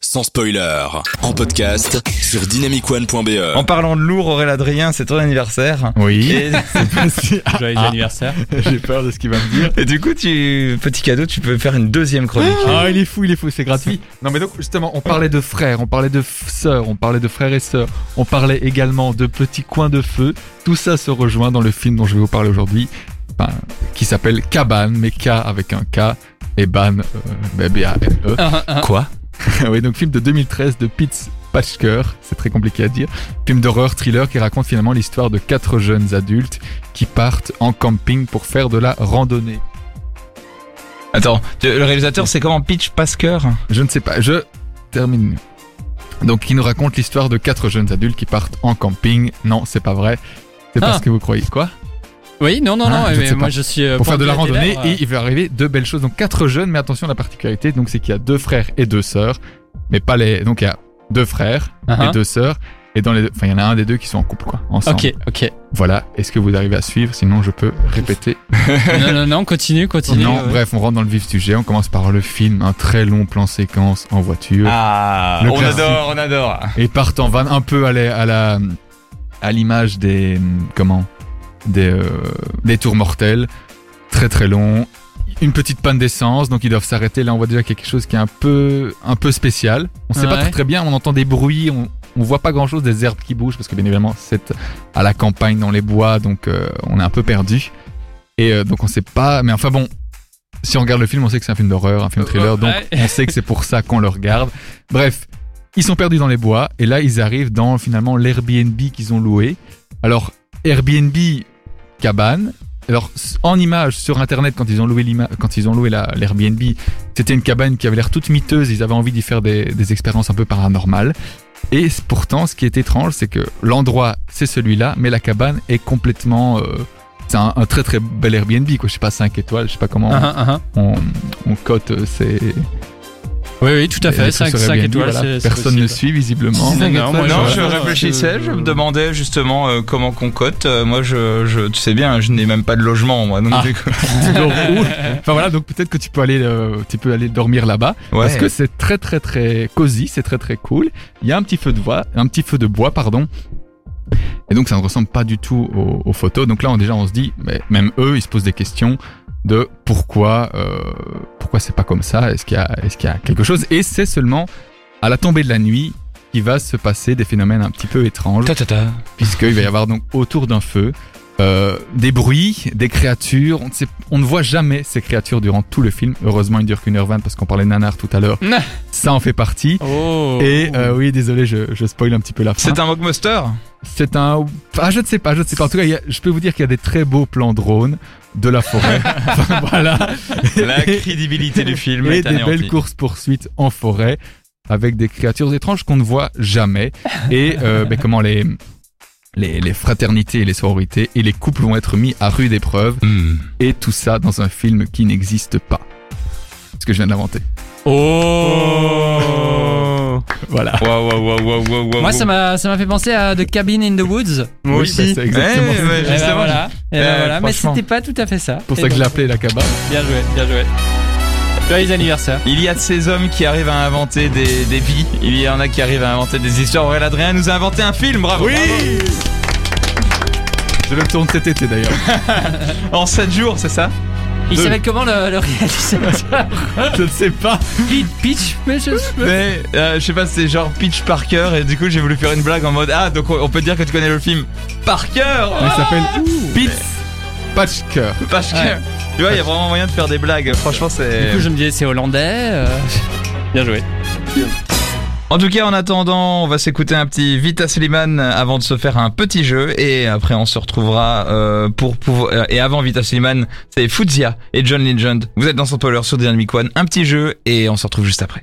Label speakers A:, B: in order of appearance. A: sans spoiler. En podcast sur dynamicone.be.
B: En parlant de lourd, Aurélien Adrien, c'est ton anniversaire.
C: Oui.
B: Et,
D: Joyeux anniversaire.
C: J'ai peur de ce qu'il va me dire.
B: et du coup, tu petit cadeau, tu peux faire une deuxième chronique.
C: Ah, il est fou, il est fou, c'est gratuit. Non, mais donc, justement, on parlait de frères, on parlait de f- sœurs, on parlait de frères et sœurs, on parlait également de petits coins de feu. Tout ça se rejoint dans le film dont je vais vous parler aujourd'hui, enfin, qui s'appelle Cabane, mais K avec un K et Ban, euh, B-A-N-E.
B: Quoi
C: oui, donc film de 2013 de Pete Patchker, c'est très compliqué à dire. Film d'horreur thriller qui raconte finalement l'histoire de quatre jeunes adultes qui partent en camping pour faire de la randonnée.
B: Attends, tu- le réalisateur, c'est comment Pitch Pasqueur
C: Je ne sais pas, je termine. Donc il nous raconte l'histoire de quatre jeunes adultes qui partent en camping. Non, c'est pas vrai. C'est pas
D: Ah.
C: ce que vous croyez. Quoi
D: Oui, non, non, non,
C: Ah, je ne
D: mais
C: sais
D: moi
C: pas.
D: je suis. euh,
C: Pour faire de la
D: pointu à
C: randonnée,
D: Tédard,
C: et il va arriver deux belles choses. Donc quatre jeunes, mais attention la particularité, donc c'est qu'il y a deux frères et deux sœurs, mais pas les. Donc il y a deux frères
D: euh,
C: et
D: uh-huh.
C: deux sœurs, et dans les deux, enfin il y en a un des deux qui sont en couple quoi, ensemble.
D: euh, Ok, ok.
C: Voilà. Est-ce que vous arrivez à suivre Sinon je peux répéter.
D: non, non, non, continue, continue.
C: non.
D: ouais.
C: Bref, on rentre dans le vif du sujet. On commence par le film, un très long plan séquence en voiture.
B: Ah,
C: Le
B: on
C: classique.
B: adore, on adore.
C: et partent en van un peu à la à la- à l'image des comment des euh, des tours mortels très très long une petite panne d'essence donc ils doivent s'arrêter là on voit déjà qu'il y a quelque chose qui est un peu un peu spécial on sait pas
D: Ouais.
C: très, très bien on entend des bruits on on voit pas grand chose des herbes qui bougent parce que bien évidemment c'est à la campagne dans les bois donc euh, on est un peu perdu et euh, donc on sait pas mais enfin bon si on regarde le film on sait que c'est un film d'horreur un film thriller donc
D: Ouais.
C: on sait que c'est pour ça qu'on le regarde. Bref, ils sont perdus dans les bois et là ils arrivent dans finalement l'Airbnb qu'ils ont loué. Alors Airbnb cabane. Alors s- en image sur internet quand ils ont loué l'ima- quand ils ont loué la- l'Airbnb, c'était une cabane qui avait l'air toute miteuse. Ils avaient envie d'y faire des, des expériences un peu paranormales. Et c- pourtant, ce qui est étrange, c'est que l'endroit c'est celui-là, mais la cabane est complètement. euh, c'est un, un très très bel Airbnb quoi. Je sais pas 5 étoles, je sais pas comment
D: Uh-huh, uh-huh.
C: on, on cote euh, ces,
D: Oui, oui, tout à fait.
C: les
D: 5,
C: trucs sur Airbnb,
D: étoiles,
C: voilà.
D: c'est- c'est
C: Personne ne
D: possible.
C: le suit visiblement.
D: Non, non, moi,
B: Non,
D: Ouais.
B: je
D: Ouais.
B: réfléchissais,
D: Je-
B: je me demandais justement euh, comment qu'on cote. Euh, moi, je, je, tu sais bien, je n'ai même pas de logement, moi. Donc,
C: Ah.
B: du coup-
C: Donc, ouh. enfin voilà, donc peut-être que tu peux aller, euh, tu peux aller dormir là-bas
B: Ouais.
C: parce que c'est très très très cosy, c'est très très cool. Il y a un petit feu de bois, un petit feu de bois, pardon. Et donc ça ne ressemble pas du tout aux, aux photos. Donc là, on, déjà, on se dit, mais même eux, ils se posent des questions de pourquoi, euh, pourquoi c'est pas comme ça. Est-ce qu'il y a, est-ce qu'il y a quelque chose Et c'est seulement à la tombée de la nuit qu'il va se passer des phénomènes un petit peu étranges. puisqu'il va y avoir donc autour d'un feu euh, des bruits, des créatures. On ne, sait- on ne voit jamais ces créatures durant tout le film. Heureusement, il ne dure qu'une heure vingt parce qu'on parlait de nanar tout à l'heure.
D: Nah.
C: Ça en fait partie.
D: Oh.
C: Et euh, oui, désolé, je, je spoil un petit peu la fin.
B: C'est un mockbuster
C: C'est un... Ah, je ne sais pas, je ne sais pas. En tout cas, il y a- je peux vous dire qu'il y a des très beaux plans drones de la forêt. Enfin, voilà.
B: La crédibilité du film
C: Et
B: est
C: des
B: anéantie.
C: belles courses-poursuites en forêt avec des créatures étranges qu'on ne voit jamais. Et euh, ben, comment les, les, les fraternités et les sororités et les couples vont être mis à rude épreuve.
B: Hmm.
C: Et tout ça dans un film qui n'existe pas. Parce que je viens de l'inventer.
D: Oh.
C: Voilà.
B: Waouh, waouh, waouh, waouh, waouh, waouh.
D: Moi, ça m'a ça m'a fait penser à The Cabin in the Woods.
B: Moi
C: Oui,
B: aussi.
C: bah, c'est exactement
B: Ouais,
C: ça.
B: ouais,
D: Eh ben
B: justement,
D: voilà. Eh ben
B: Euh,
D: voilà. Mais
C: franchement.
D: c'était pas tout à fait ça.
C: Pour
D: Et
C: ça que je
D: donc,
C: l'ai appelé la cabane.
D: Bien joué, bien joué. Joyeux anniversaire.
B: Il y a de ces hommes qui arrivent à inventer des, des vies. Il y en a qui arrivent à inventer des histoires. Aurélien Adrien nous a inventé un film, bravo.
C: Je le tourne cet été d'ailleurs.
B: En 7 jours, c'est ça
D: Il
C: Deux.
D: s'appelle comment le, le réalisateur
C: je ne sais pas.
D: Pete Pitch mais je-
B: Mais euh, je sais pas, c'est genre Pitch Parker et du coup j'ai voulu faire une blague en mode Ah, donc on on peut dire que tu connais le film Parker
C: Il s'appelle
B: Pitch
C: Patchker.
B: Parker
D: Ouais.
B: Tu vois, il y a vraiment moyen de faire des blagues. Franchement,
D: Du
B: c'est.
D: coup, je me disais, c'est hollandais. euh. Bien joué.
B: En tout cas, en attendant, on va s'écouter un petit Vita Sliman avant de se faire un petit jeu et après on se retrouvera euh, pour pouvoir. euh, Et avant Vita Sliman, c'est Fuzia et John Legend. Vous êtes dans son spoiler sur Dynamic One, un petit jeu et on se retrouve juste après.